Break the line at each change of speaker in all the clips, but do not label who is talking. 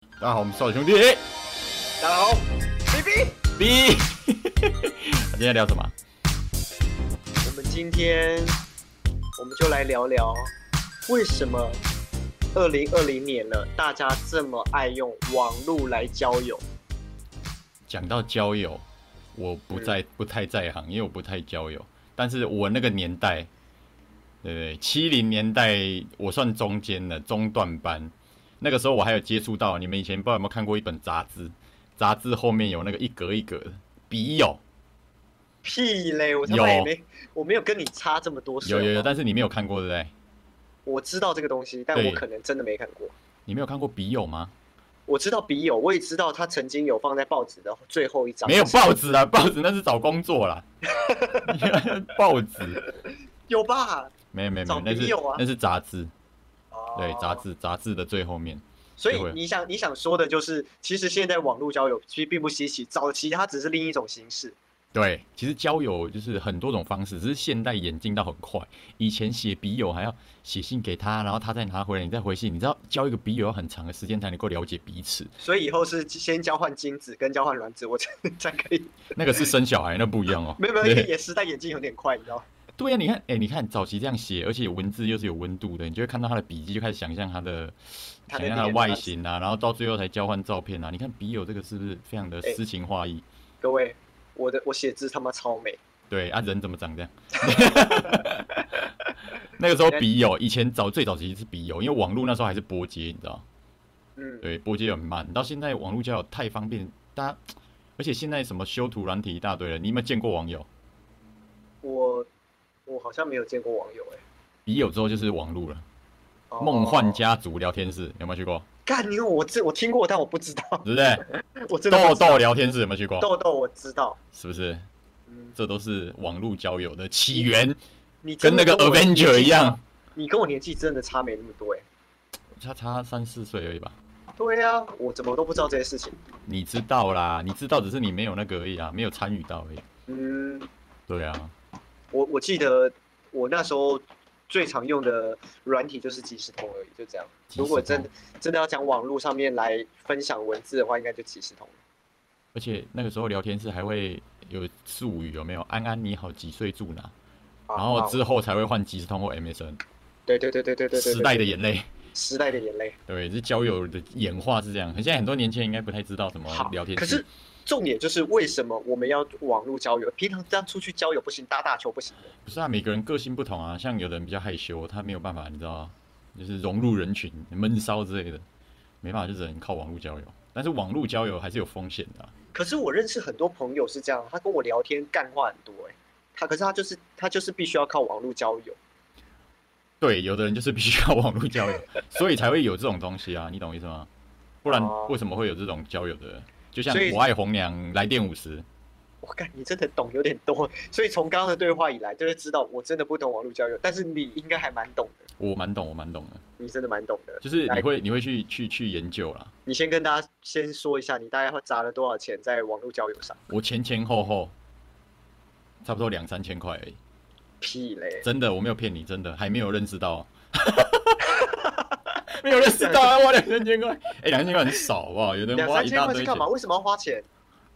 大家啊好，我们是少女兄弟。
大家好，BB。
B，今天聊什么？
我们今天我们就来聊聊为什么二零二零年了，大家这么爱用网络来交友。
讲到交友，我不在、不太在行，因为我不太交友。但是我那个年代，对不对？七零年代我算中间的中段班。那个时候我还有接触到你们以前不知道有没有看过一本杂志，杂志后面有那个一格一格的笔友，
屁嘞！我他妈
有
也没，我没有跟你差这么多岁。
有有有，
好不好
但是你没有看过对不对？
我知道这个东西，但
对
我可能真的没看过。
你没有看过笔友吗？
我知道笔友，我也知道他曾经有放在报纸的最后一张。
没有报纸啊，报纸那是找工作啦。报纸
有吧？
没有没有没
找
有，那
笔
是
友啊
那是杂志，
哦
对杂。志杂志的最后面。
所以
对
你想你想说的就是，其实现在网络交友其实并不稀奇，早期它只是另一种形式。
对，其实交友就是很多种方式，只是现代演进到很快。以前写笔友还要写信给他，然后他再拿回来，你再回信。你知道交一个笔友要很长的时间才能够了解彼此，
所以以后是先交换精子跟交换卵子，我 才才可以。
那个是生小孩，那不一样哦。
没有没有，因为
对
也时代眼镜有点快，你知道吗？
对呀、你看，哎，你看早期这样写，而且文字又是有温度的，你就会看到他的笔迹，就开始想象他的
他
想
的
象他的
脸
外
啊
形啊，然后到最后才交换照片啊。你看笔友这个是不是非常的
哎
诗情画意？
各位，我的我写字他妈超美，
对啊，人怎么 长这样？那个时候笔友，以前早最早期是笔友，因为网络那时候还是拨接，你知道。
嗯，
对，拨接很慢。到现在网络交友太方便，大家，而且现在什么修图软体一大堆了，你有没有见过网友？
我我好像没有见过网友哎、
笔友之后就是网络了，
哦
梦幻。家族聊天室有没有去过？
干，你我这我听过，但我不知道，
对不对？
我真的
豆
不知道
豆聊天室有没有去过？
豆豆我知道，
是不是？
嗯，
这都是网络交友的起源，
你真
跟
的
那个
我年纪
Avenger 一样，
差，你跟我年纪真的差没那么多哎、
差差三四岁而已吧。
对呀、啊，我怎么都不知道这些事情。
你知道啦，你知道，只是你没有那个而已啊，没有参与到而已。
嗯，
对啊，
我我记得我那时候最常用的软体就是即时通而已，就这样。
即时通
如果真的真的要讲网络上面来分享文字的话，应该就即时通。
而且那个时候聊天室还会有术语，有没有？安安你好，几岁住哪？
啊
然后
啊
之后才会换即时通或 MSN。
对对对对对对对，
时代的眼泪，
时代的眼泪。
对，这交友的演化是这样。现在很多年轻人应该不太知道什么
好
哦聊，天
可
室
是。重点就是为什么我们要网络交友？平常这样出去交友不行，打打球不行的。
不是啊，每个人个性不同啊，像有的人比较害羞，他没有办法，你知道，就是融入人群、闷骚之类的，没办法，就只能靠网络交友。但是网络交友还是有风险的啊、
可是我认识很多朋友是这样，他跟我聊天干话很多、欸，他可是他就是他就是必须要靠网络交友。
对，有的人就是必须靠网络交友，所以才会有这种东西啊，你懂意思吗？不然
哦
为什么会有这种交友的？就像
所以
我爱红娘来电五十，
我看你真的懂有点多，所以从刚刚的对话以来，就会知道我真的不懂网络交友，但是你应该还蛮懂的，
我蛮懂，我蛮懂的，
你真的蛮懂的。
就是
来
你会你会去去去研究啦。
你先跟大家先说一下，你大概会砸了多少钱在网络交友上？
我前前后后差不多两三千块而已，
屁嘞！
真的，我没有骗你，真的还没有认识到 哦，没有认识到啊，花两三千块，哎、两千块很少好不好？有的人
两
花
三
一
千
大
块
堆
是
钱
干，嘛？为什么要花钱？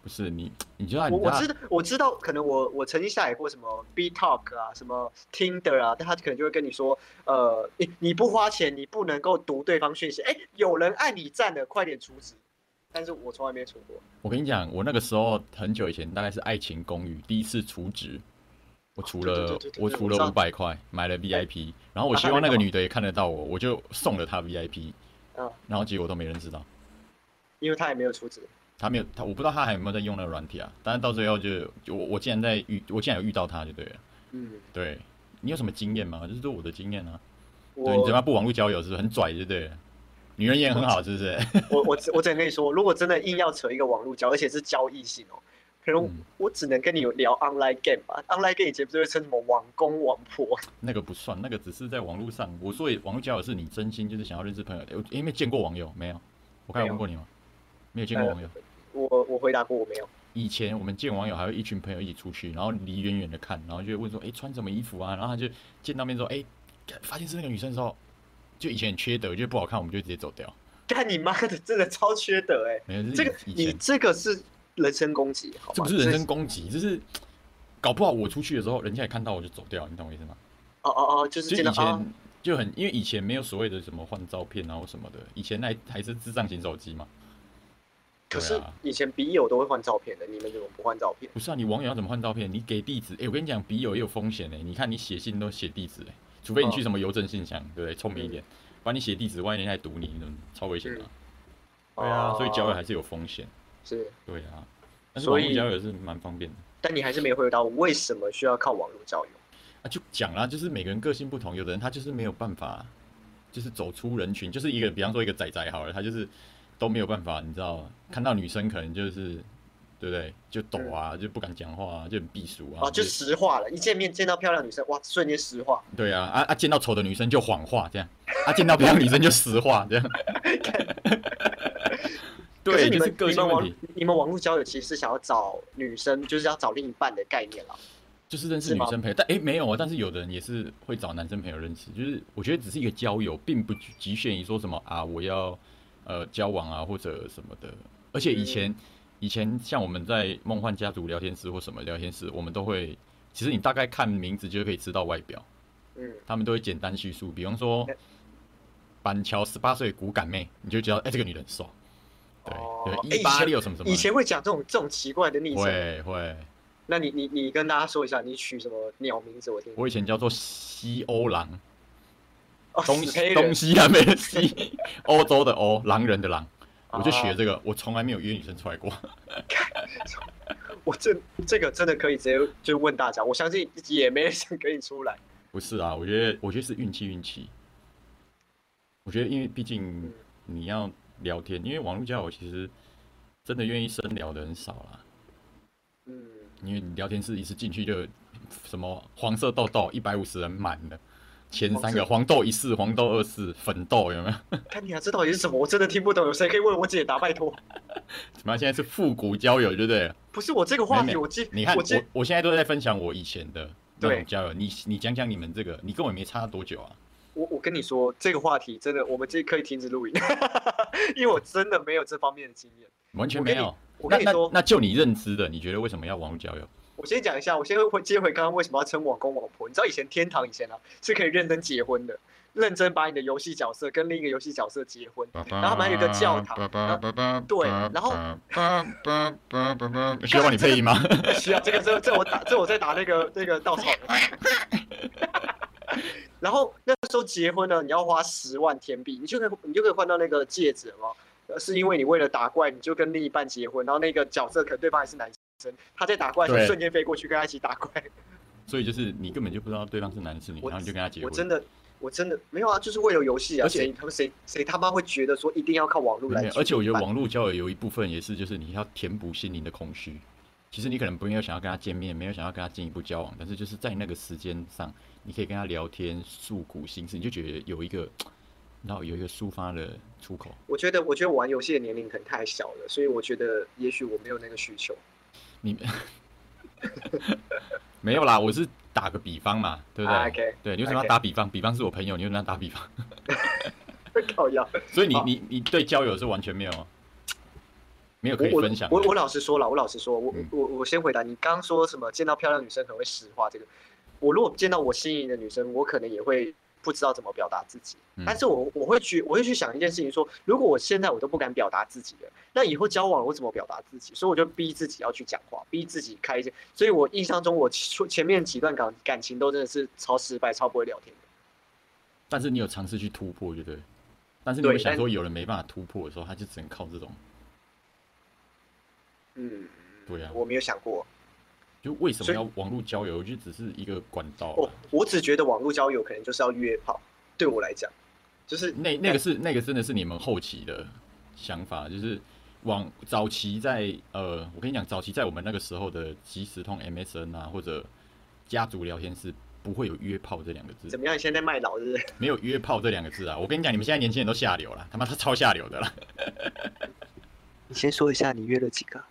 不是你，你就要
我
你
我
知
知
道
道，我知道，可能我我曾经下载过什么 B Talk 啊，什么 Tinder 啊，但他可能就会跟你说，呃，你你不花钱，你不能够读对方讯息。哎，有人按你赞了，快点出值。但是我从来没出过。
我跟你讲，我那个时候很久以前，大概是《爱情公寓》第一次储值，我除
哦对对
了
对对对
我除
我知
了
道哎
五百块买了 VIP，然后我希望那个女的也看得到我，我就送了她 VIP，
嗯，
然后结果都没认识到，
因为他也没有出值。
她没有她，我不知道她还有没有在用那个软体啊，但是到最后就就我我竟然在遇我竟然有遇到她就对了，
嗯，
对你有什么经验吗？就是我的经验啊，对你
我
怎么样不网络交友是不是很拽就对了，女人缘很好是不是？
我我只我只能跟你说，如果真的硬要扯一个网络交，而且是交易性哦，可能
嗯
我只能跟你聊 online game 吧。online game 以前不是会称什么网公网婆？
那个不算，那个只是在网络上。我说的网络交友是你真心就是想要认识朋友，有有没有见过网友？没有，我刚才
没有呃
问过你吗？没有见过网友。
我我回答过我没有。
以前我们见网友还会一群朋友一起出去，然后离远远的看，然后就会问说，哎、穿什么衣服啊？然后他就见到面之后，哎、发现是那个女生的时候，就以前很缺德，就不好看，我们就直接走掉。
干你妈的，真的超缺德哎、
没有这
这个你这个是人身攻击，好吗？
这不是人身攻击，就是搞不好我出去的时候，人家也看到我就走掉，你懂我意思吗？
哦哦哦，就是
就
真
以
的啊，
前就很，因为以前没有所谓的什么换照片啊或什么的，以前那还是智障型手机嘛。
可
对
是
啊
以前笔友都会换照片的，你们怎么不换照片？
不是啊，你网友要怎么换照片？你给地址，哎、我跟你讲，笔友也有风险哎、你看你写信都写地址哎、除非你去
哦
什么邮政信箱，对不对？聪明一
嗯
点，把你写地址，万一人家来堵你，你怎么超危险的、啊。对啊，所以交友还是有风险。
哦是，
对啊，但是
所
网络
以
交友是蛮方便的
但你还是没有回答我为什么需要靠网络交友。
啊。就讲啦，就是每个人个性不同，有的人他就是没有办法，就是走出人群，就是一个比方说一个仔仔好了，他就是都没有办法，你知道，看到女生可能就是对不对，就抖啊，就不敢讲话、啊，就很避暑啊，
啊，就石化了，一见面见到漂亮女生，哇，瞬间石化，
对啊，啊啊，见到丑的女生就谎话这样，啊，见到漂亮女生就实话这样。
可
对，
是
就
你们
是个
你
性
们
问题
网，你们网络交友其实是想要找女生，就是要找另一半的概念了。
就是认识
是
女
吗
生朋友，但诶没有啊，但是有的人也是会找男生朋友认识，就是我觉得只是一个交友，并不局局限于说什么啊，我要呃交往啊或者什么的。而且以
嗯
前、以前像我们在梦幻家族聊天室或什么聊天室，我们都会，其实你大概看名字就可以知道外表，
嗯，
他们都会简单叙述，比方说
哎
板桥十八岁骨感妹，你就觉得哎、这个女人爽，对、
哦
对，一八六什么什么，
以前会讲这种这种奇怪的昵称，
会会，
那你你你跟大家说一下，你取什么鸟名字？我听。
我以前叫做西欧狼。
哦，
东
死黑
西啊
人
东西南北的 西，欧洲的欧，狼人的狼，我就学
哦
这个，我从来没有约女生出来过。
我这这个真的可以直接就问大家，我相信也没人想跟你出来。
不是啊，我觉得我觉得是运气运气。我觉得因为毕竟你要聊天，因为网络交友其实真的愿意深聊的很少啦。
嗯，
因为你聊天室一次进去就什么黄色豆豆一百五十人满了，前三个黄豆一四，黄豆二四，粉豆有没有？
看你啊，这到底是什么？我真的听不懂，有谁可以为我解答？拜托，
怎么样？现在是复古交友，对不对？
不是我这个话
没
题，
没
我记，
你看
我
我
记
我现在都在分享我以前的那
对
种交友，你你讲讲你们这个，你跟我也没差多久啊？
我我跟你说，这个话题真的，我们这可以停止录影， 因为我真的没有这方面的经验。
完全
我
没
跟你
有。
我
那
跟你
那
说，
那就你认知的，你觉得为什么要网络交友？
我先讲一下，我先回接回刚刚为什么要称网公网婆。你知道以前天堂以前啊是可以认真结婚的，认真把你的游戏角色跟另一个游戏角色结婚，然后他们还有一个教堂，然后对然后
需要帮你配音吗？
是啊，这个这这我打这我在打那个那个稻草人。 然后那时候结婚呢，你要花十万天币，你就可以你就可以换到那个戒指了嘛。呃是因为你为了打怪，你就跟另一半结婚，然后那个角色可能对方还是男生，他在打怪的时候
对
瞬间飞过去跟他一起打怪。
所以就是你根本就不知道对方是男是女，
我
然后你就跟他结
我真
婚。
的我真的没有啊，就是为了游戏啊，
而且
谁他们谁谁他妈会觉得说一定要靠网络来
没有
取代？
而且我觉得网络交友有一部分也是，就是你要填补心灵的空虚。其实你可能没有想要跟他见面，没有想要跟他进一步交往，但是就是在那个时间上，你可以跟他聊天、诉苦心事，你就觉得有一个，然后有一个抒发的出口。
我觉得我觉得我玩游戏的年龄可能太小了，所以我觉得也许我没有那个需求。
你没有啦，我是打个比方嘛，对不对？
啊，OK
对，你为什么要
OK
打比方比方是我朋友，你为什么要打比方？
靠腰。
所以你
好
你你对交友是完全没有没有可以
我
分享的
我我我老实说了，我老实说，我、
嗯
我我先回答你刚刚说什么见到漂亮女生可能会实话这个，我如果见到我心仪的女生，我可能也会不知道怎么表达自己，
嗯
但是我我会去我会去想一件事情说，如果我现在我都不敢表达自己了，那以后交往了我怎么表达自己？所以我就逼自己要去讲话，逼自己开一些，所以我印象中我前前面几段感感情都真的是超失败，超不会聊天的。
但是你有尝试去突破，对不对？但是你会
对
想
但
说，有人没办法突破的时候，他就只能靠这种。
嗯，
对啊
我没有想过，
就为什
所
么
以
要网络交友？就只是一个管道
我
啊。
哦我只觉得网络交友可能就是要约炮，对我来讲，就是
那那个是那个真的是你们后期的想法，就是往早期在呃，我跟你讲，早期在我们那个时候的即时通 MSN 啊，或者家族聊天室，不会有约炮这两个字
怎，么样？你现在卖老是不是？
没有约炮这两个字啊。我跟你讲，你们现在年轻人都下流了，他妈他超下流的啦。
你先说一下你约了几个？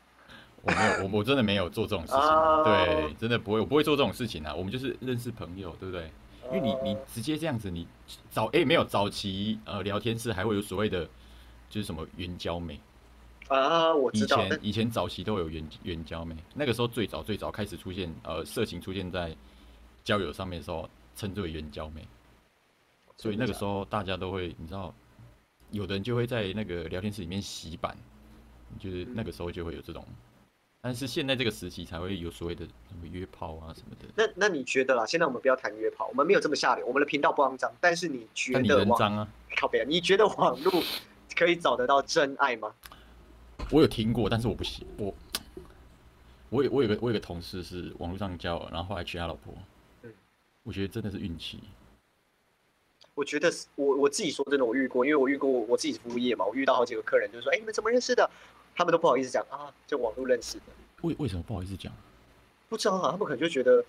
我没有，我我真的没有做这种事情，啊
哦
对，真的不会，我不会做这种事情啊。我们就是认识朋友，对不对？因为
呃
你你直接这样子，你早哎、没有早期呃聊天室还会有所谓的就是什么援交妹，
啊，我
以
知道，但
前以前早期都有援援交妹，那个时候最早最早开始出现呃色情出现在交友上面的时候，称之为援交妹，所以那个时候大家都会你知道，有的人就会在那个聊天室里面洗版，就是那
嗯
个时候就会有这种，但是现在这个时期才会有所谓的什么约炮啊什么的，
那那你觉得啦？现在我们不要谈约炮，我们没有这么下流，我们的频道不肮脏。但是你觉
但你
得
人
网
脏啊，
靠边，你觉得网络可以找得到真爱吗？
我有听过，但是我不喜我。我有我有个我有个同事是网络上交友，然后后来娶他老婆，
嗯
我觉得真的是运气，
我觉得是我我自己说真的，我遇过，因为我遇过我自己服务业嘛，我遇到好几个客人，就说：“哎、你们怎么认识的？”他们都不好意思讲啊，就网络认识的，
为为什么不好意思讲？
不知道啊，他们可能就觉得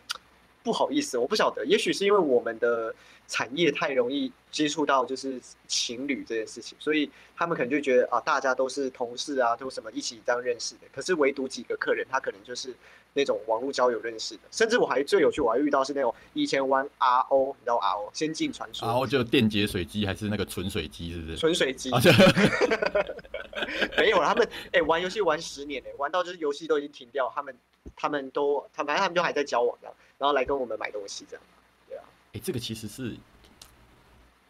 不好意思，我不晓得，也许是因为我们的产业太容易接触到就是情侣这件事情，所以他们可能就觉得啊，大家都是同事啊，都什么一起这样认识的，可是唯独几个客人，他可能就是那种网络交友认识的，甚至我还最有趣，我还遇到是那种以前玩 RO，你知道 RO《仙境传说》
然后就电解水机还是那个纯水机，是不是？
纯水机
啊，对
没有啦，他们哎、玩游戏玩十年哎、玩到就是游戏都已经停掉，他们他们都他反正他们就还在交往这样，然后来跟我们买东西这样，
哎，这个其实是，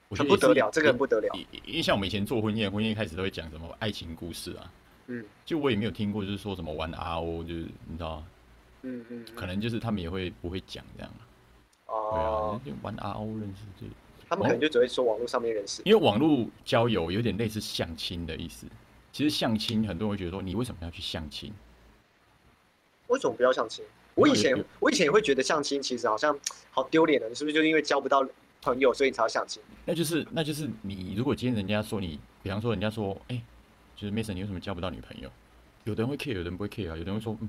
我觉
很
得
不
也是
得了，这个很不得了。
因因因为像我们以前做婚宴，婚宴开始都会讲什么爱情故事啊，
嗯
就我也没有听过，就是说什么玩 RO，就是你知道，
嗯嗯，
可能就是他们也会不会讲这样，对啊
哦，，
就玩 RO 认识就，
他们可能就只会说网络上面认识。
因为网络交友有点类似相亲的意思。其实相亲很多人会觉得说，你为什么要去相亲？
为什么不要相亲？
没有
我以前
有
我以前也会觉得相亲其实好像好丢脸的，你是不是就因为交不到朋友，所以你才要相亲？
那就是那就是你如果今天人家说你，比方说人家说，哎、就是 Mason，你为什么交不到女朋友？有的人会 care，有的人不会 care 啊，有的人会说，嗯，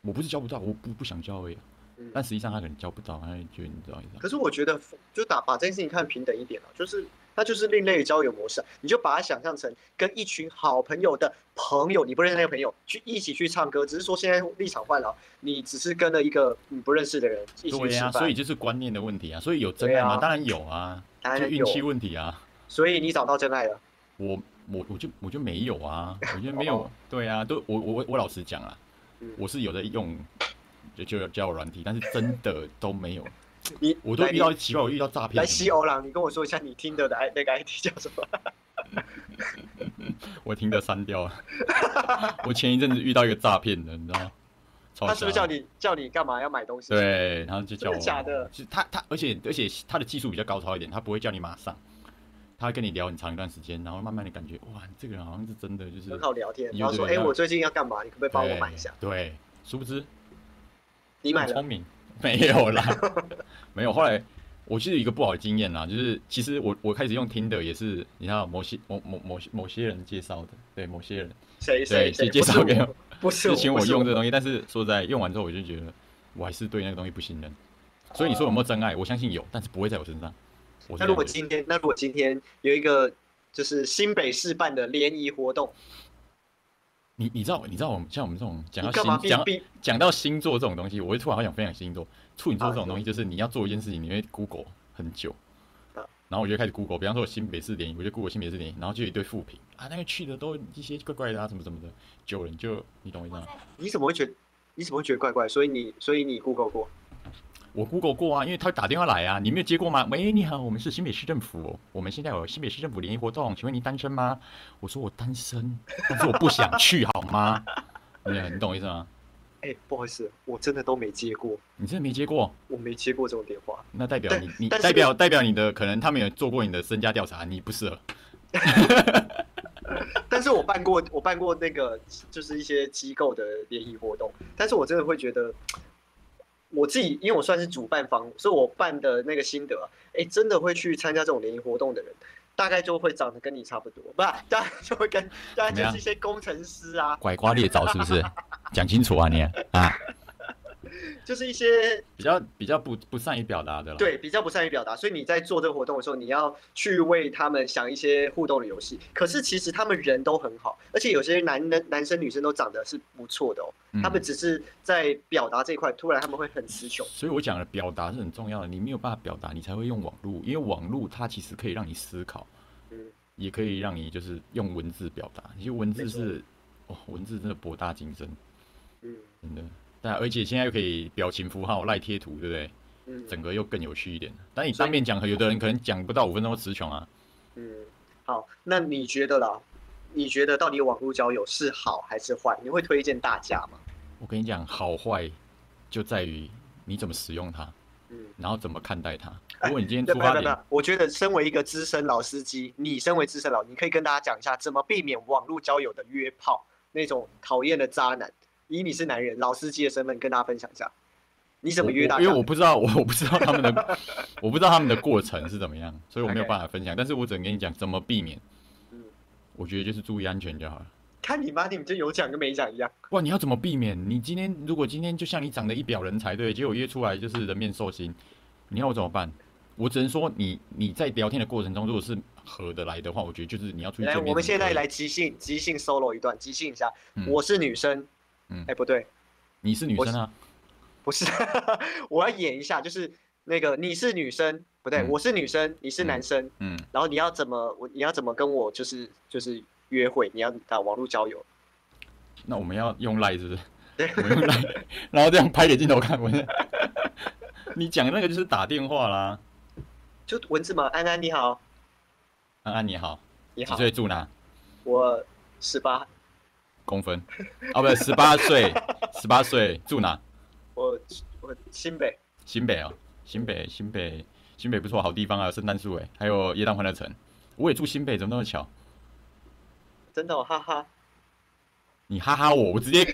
我不是交不到，我不不想交而已啊、
嗯
但实际上他可能交不到，他就你知道，你知道，
可是我觉得，就打把这件事情看平等一点啊，就是它就是另类的交友模式啊，你就把它想象成跟一群好朋友的朋友，你不认识那个朋友，去一起去唱歌。只是说现在立场换了啊，你只是跟了一个你不认识的人一起去
对
吃
呀、
饭，
所以就是观念的问题啊，所以有真爱吗？
对啊
当然有啊，
当
就
然
运
有，
气问题啊。
哎所以你找到真爱了。
我我我就我就没有啊，我觉得没有，对啊，都我我我老实讲啊
哦嗯，
我是有在用就就交友软体，但是真的都没有，
你
我都
来
遇
你
到奇怪，我遇到诈骗什么的，
来西欧郎，你跟我说一下你听的的 i 那个 ID 叫什么？
我听得删掉 了。我前一阵子遇到一个诈骗的，你知道吗？超
他是不是
瞎
叫
的？
你叫你干嘛要买东西？，
啊对，然后就叫
真的
我。
假的？
就他他，而且而且他的技术比较高超一点，他不会叫你马上，他会跟你聊很长一段时间，然后慢慢的感觉，哇，你这个人好像是真的，就是
很好聊天。
你就
然后说，
对
哎，
那
我最近要干嘛？你可不可以帮我
对
买一下？
对，殊不知
你买
很聪
了，
明， 没有啦，没有。后来我是有一个不好的经验啦，就是其实我我开始用听的也是，你看某些某某某些某些人介绍的，对某些人
谁谁
对
谁
就介
不是
绍给我
不是
就请
不
我
是
用这个东西，但是说实在用完之后，我就觉得我还是对那个东西不信任。所以你说有没有真爱？我相信有，但是不会在我身上。我是这
哦那如
样
果
觉
今天，那如果今天有一个就是新北市办的联谊活动，
得你你知道你知道我们像我们这种讲
你
到
干嘛
星
逼
讲
逼？
讲到星座这种东西，我就突然好想分享星座。处女座
啊
这种东西，就是你要做一件事情，你会 Google 很久
啊，
然后我就开始 Google，比方说我新北市联谊，我就 Google 新北市联谊，然后就有一堆负评啊，那个去的都一些怪怪的啊，什么什么的，久了你就你懂我意思吗？
你怎么会觉得？你怎么会觉得怪怪？所以你，所以你 Google 过，
我 Google 过啊，因为他会打电话来啊，你没有接过吗？喂，你好，我们是新北市政府哦，我们现在有新北市政府联谊活动，请问您单身吗？我说我单身，但是我不想去，好吗？对，你懂我意思吗？
哎、不好意思，我真的都没接过，
你真的没接过，
我没接过这种电话。
那代表你你
但是
代表代表你的可能他们有做过你的身家调查，你不适合。
但是我办过， 我办过那个就是一些机构的联谊活动，但是我真的会觉得，我自己因为我算是主办方，所以我办的那个心得、啊，哎、真的会去参加这种联谊活动的人，大概就会长得跟你差不多，不，大概就会跟大概
怎么
就
样
是一些工程师啊，
拐瓜裂枣是不是？讲清楚啊你啊，
就是一些
比较比较不不善于表达的啦。，
对比较不善于表达，所以你在做这个活动的时候，你要去为他们想一些互动的游戏。可是其实他们人都很好，而且有些男男男生女生都长得是不错的哦。
嗯
他们只是在表达这一块，突然他们会很词穷。
所以我讲的表达是很重要的，你没有办法表达，你才会用网络，因为网络它其实可以让你思考。
嗯，
也可以让你就是用文字表达。其实文字是，哦，文字真的博大精深，
嗯
真的。但而且现在又可以表情符号、赖贴图，对不对？
嗯
整个又更有趣一点。但你
所以
当面讲，有的人可能讲不到五分钟就词穷啊。
嗯，好，那你觉得啦？你觉得到底网络交友是好还是坏？你会推荐大家吗？
我跟你讲，好坏就在于你怎么使用它，
嗯，
然后怎么看待它。如果你今天
对，
出
不
发
不
点
不，我觉得身为一个资深老司机，你身为资深老，你可以跟大家讲一下怎么避免网络交友的约炮那种讨厌的渣男。以你是男人老司机的身份，跟大家分享一下，你怎么
我
约大
我
家？
因为我不知道，我我不知道他们的，我不知道他们的过程是怎么样，所以我没有
OK
办法分享。但是我只能跟你讲怎么避免。
嗯
我觉得就是注意安全就好了。
看你妈，你们就有讲跟没讲一样。
哇，你要怎么避免？你今天如果今天就像你长得一表人才，对，结果约出来就是人面兽心，你要我怎么办？我只能说你你在聊天的过程中，如果是合得来的话，我觉得就是你要出去见
来，
面。
我们现在来，即兴即兴 solo 一段，即兴一下。
嗯
我是女生，
嗯
哎，不对，
你是女生啊，
不是， 我要演一下，就是那个你是女生，不对，
嗯
我是女生，你是男生，
嗯，
然后你要怎么，我你要怎么跟我就是就是约会，你要打网络交友，
那我们要用赖是不是？嗯
对
我们用赖， 然后这样拍给镜头看。我现在嗯 你讲的那个就是打电话啦。
就文字嘛。安安你好，
安啊安你好，
你
几
好，
岁住哪？
我十八，
公分？啊，不是十八岁，十八岁住哪？
我我新北，
新北啊、新北，新北，新北不错，好地方啊，有圣诞树哎，还有耶诞欢乐城。我也住新北，怎么那么巧？
真的、哦，哈哈。
你哈哈我，我 直接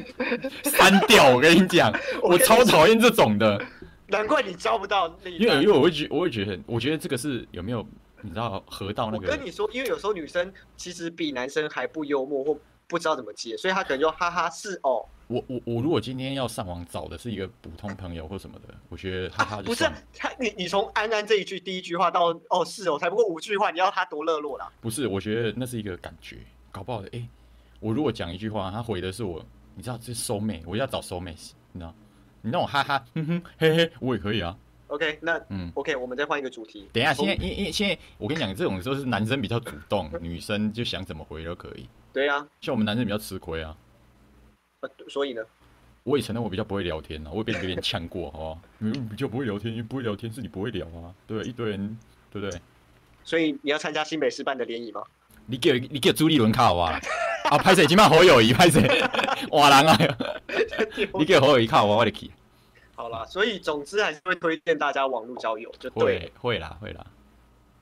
删掉。我跟你讲，我
跟你
超
说，
讨厌这种的，
难怪你交不到另一
因为因
半。
为我会觉，我会觉得，我觉得这个是有没有你知道合到那
我
个
跟你说，因为有时候女生其实比男生还不幽默或不知道怎么接，所以她可能就哈哈是哦，
我我我如果今天要上网找的是一个普通朋友或什么的，我觉得哈哈
啊，
就
不是
算了、
他，你你从安安这一句第一句话到哦是哦，才不过五句话，你要他多热络啦？
不是，我觉得那是一个感觉，搞不好哎、诶我如果讲一句话，他回的是我，你知道这是收妹，我要找收妹，你知道，你让我哈哈，哼哼，嘿嘿，我也可以啊，
OK，那
嗯。
OK，我们再换一个主题。哦
等一下，现在
从
因因现在我跟你讲，这种就是男生比较主动，女生就想怎么回都可以。
对啊，
像我们男生比较吃亏啊，
呃所以呢，
我也承认我比较不会聊天啊，我也被你有点呛过，好不好？你们比较不会聊天，因为不会聊天是你不会聊啊，对，一堆人，对不对？
所以你要参加新北市办的联谊吗？
你给你给朱立伦卡好啊！啊，拍谁？今麦侯友谊拍谁？ 哇人啊！你给侯友谊卡我，我得去。
好啦，所以总之还是会推荐大家网络交友，就对。
会会啦会啦，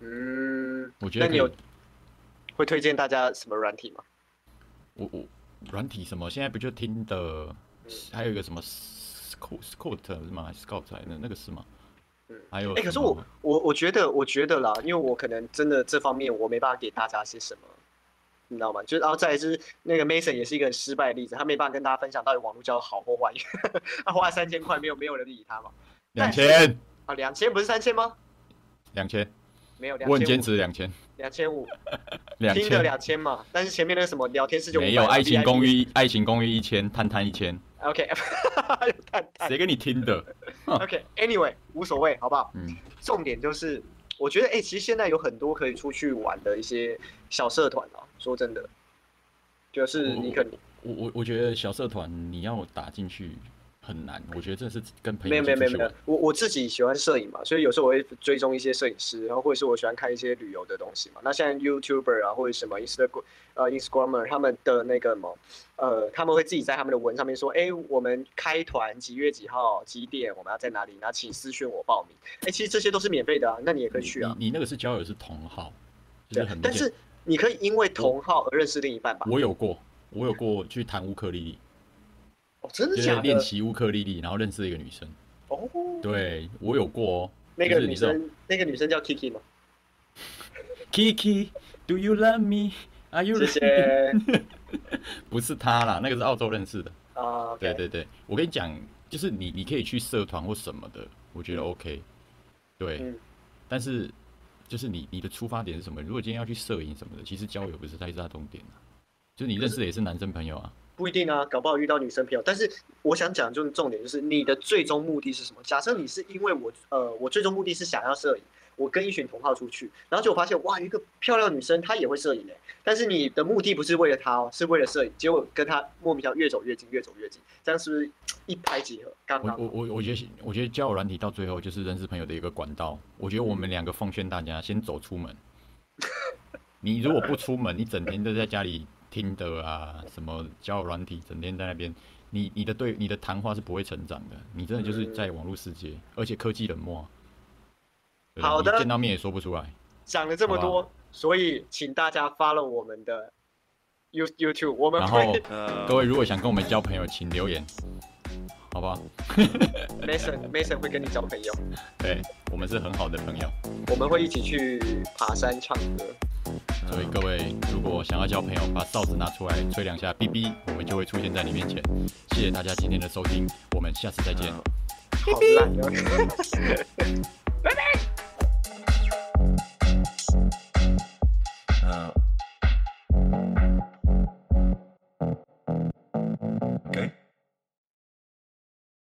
嗯，
我觉得
那
可
你
以
有会推荐大家什么软体吗？
我我软体什么？现在不就听的，还有一个什么 Scot Scot 是吗？Scot 来的那个是吗
嗯？
还有
哎、可是我我我觉得我觉得啦，因为我可能真的这方面我没办法给大家些什么，你知道吗？就然后再来就是那个 Mason 也是一个很失败的例子，他没办法跟大家分享到底网络交友好或坏， 他花了三千块，没有没有人理他嘛？
两千
啊，两千不是三千吗？
两千，
没有，
我很坚
千
持两千
两千五，
两
听的
千。
两千嘛，但是前面那个什么聊天室就
没有《爱情公
寓
寓》，《爱情公寓》一千，探探一 千，
，OK，有 探探
谁跟你听的？
，OK，Anyway，无所谓，好不好？
嗯，
重点就是，我觉得哎、欸其实现在有很多可以出去玩的一些小社团啊。说真的，
哦
就是你可能
我我我觉得小社团你要打进去很难，我觉得这是跟朋
没
友
有没有没
出
有
去
没
玩
有，我我自己喜欢摄影嘛，所以有时候我会追踪一些摄影师，然后或者是我喜欢看一些旅游的东西嘛。那现在 YouTuber 啊或者什么 Instagram 呃 Instagramer 他们的那个什么呃，他们会自己在他们的文上面说，哎、我们开团几月几号几点，我们要在哪里，然后请私讯我报名。哎、其实这些都是免费的啊，那你也可以去啊。
你你那个是交友是同好，就
对
是很，明
但
显
是你可以因为同号而认识另一半吧？
我有过，我有过去弹乌克丽丽，
哦，真的
就
假
是
的？
练习乌克丽丽，然后认识一个女生。
哦，
对我有过哦，
那
就
个
是
女
你知道
生，那个女生 叫 Kiki 吗？
Kiki，Do you love me？Are you？
谢谢
不是她啦，那个是澳洲认识的。
啊，
对，对对，我跟你讲，就是你你可以去社团或什么的，我觉得 OK。对，
嗯
但是就是你你的出发点是什么？如果今天要去摄影什么的，其实交友不是太是大重点啊，就是你认识的也是男生朋友啊。
不一定啊，搞不好遇到女生朋友。但是我想讲，就是重点就是你的最终目的是什么？假设你是因为我，呃，我最终目的是想要摄影，我跟一群同好出去，然后结果发现哇，有一个漂亮女生她也会摄影哎、但是你的目的不是为了她哦，是为了摄影，结果跟她莫名其妙越走越近，越走越近，这样是不是一拍即合？刚
我
刚
我
好
我我觉得我觉得交友软体到最后就是认识朋友的一个管道。我觉得
嗯
我们两个奉劝大家先走出门。 你如果不出门，你整天都在家里听的啊，什么交友软体，整天在那边，你你的对你的谈话是不会成长的。你真的就是在网络世界，而且科技冷漠啊。对
好
你
的
见到面也说不出来。
讲了这么
好
多，所以请大家 follow 我们的 You YouTube，我们
然后
会
各位如果想跟我们交朋友，请留言，好不好？
Mason Mason 会跟你交朋友，
对哎我们是很好的朋友。
我们会一起去爬山唱歌。
所以各位如果想要交朋友，把哨子拿出来吹两下，哔哔，我们就会出现在你面前。谢谢大家今天的收听，我们下次再见。
好烂哦！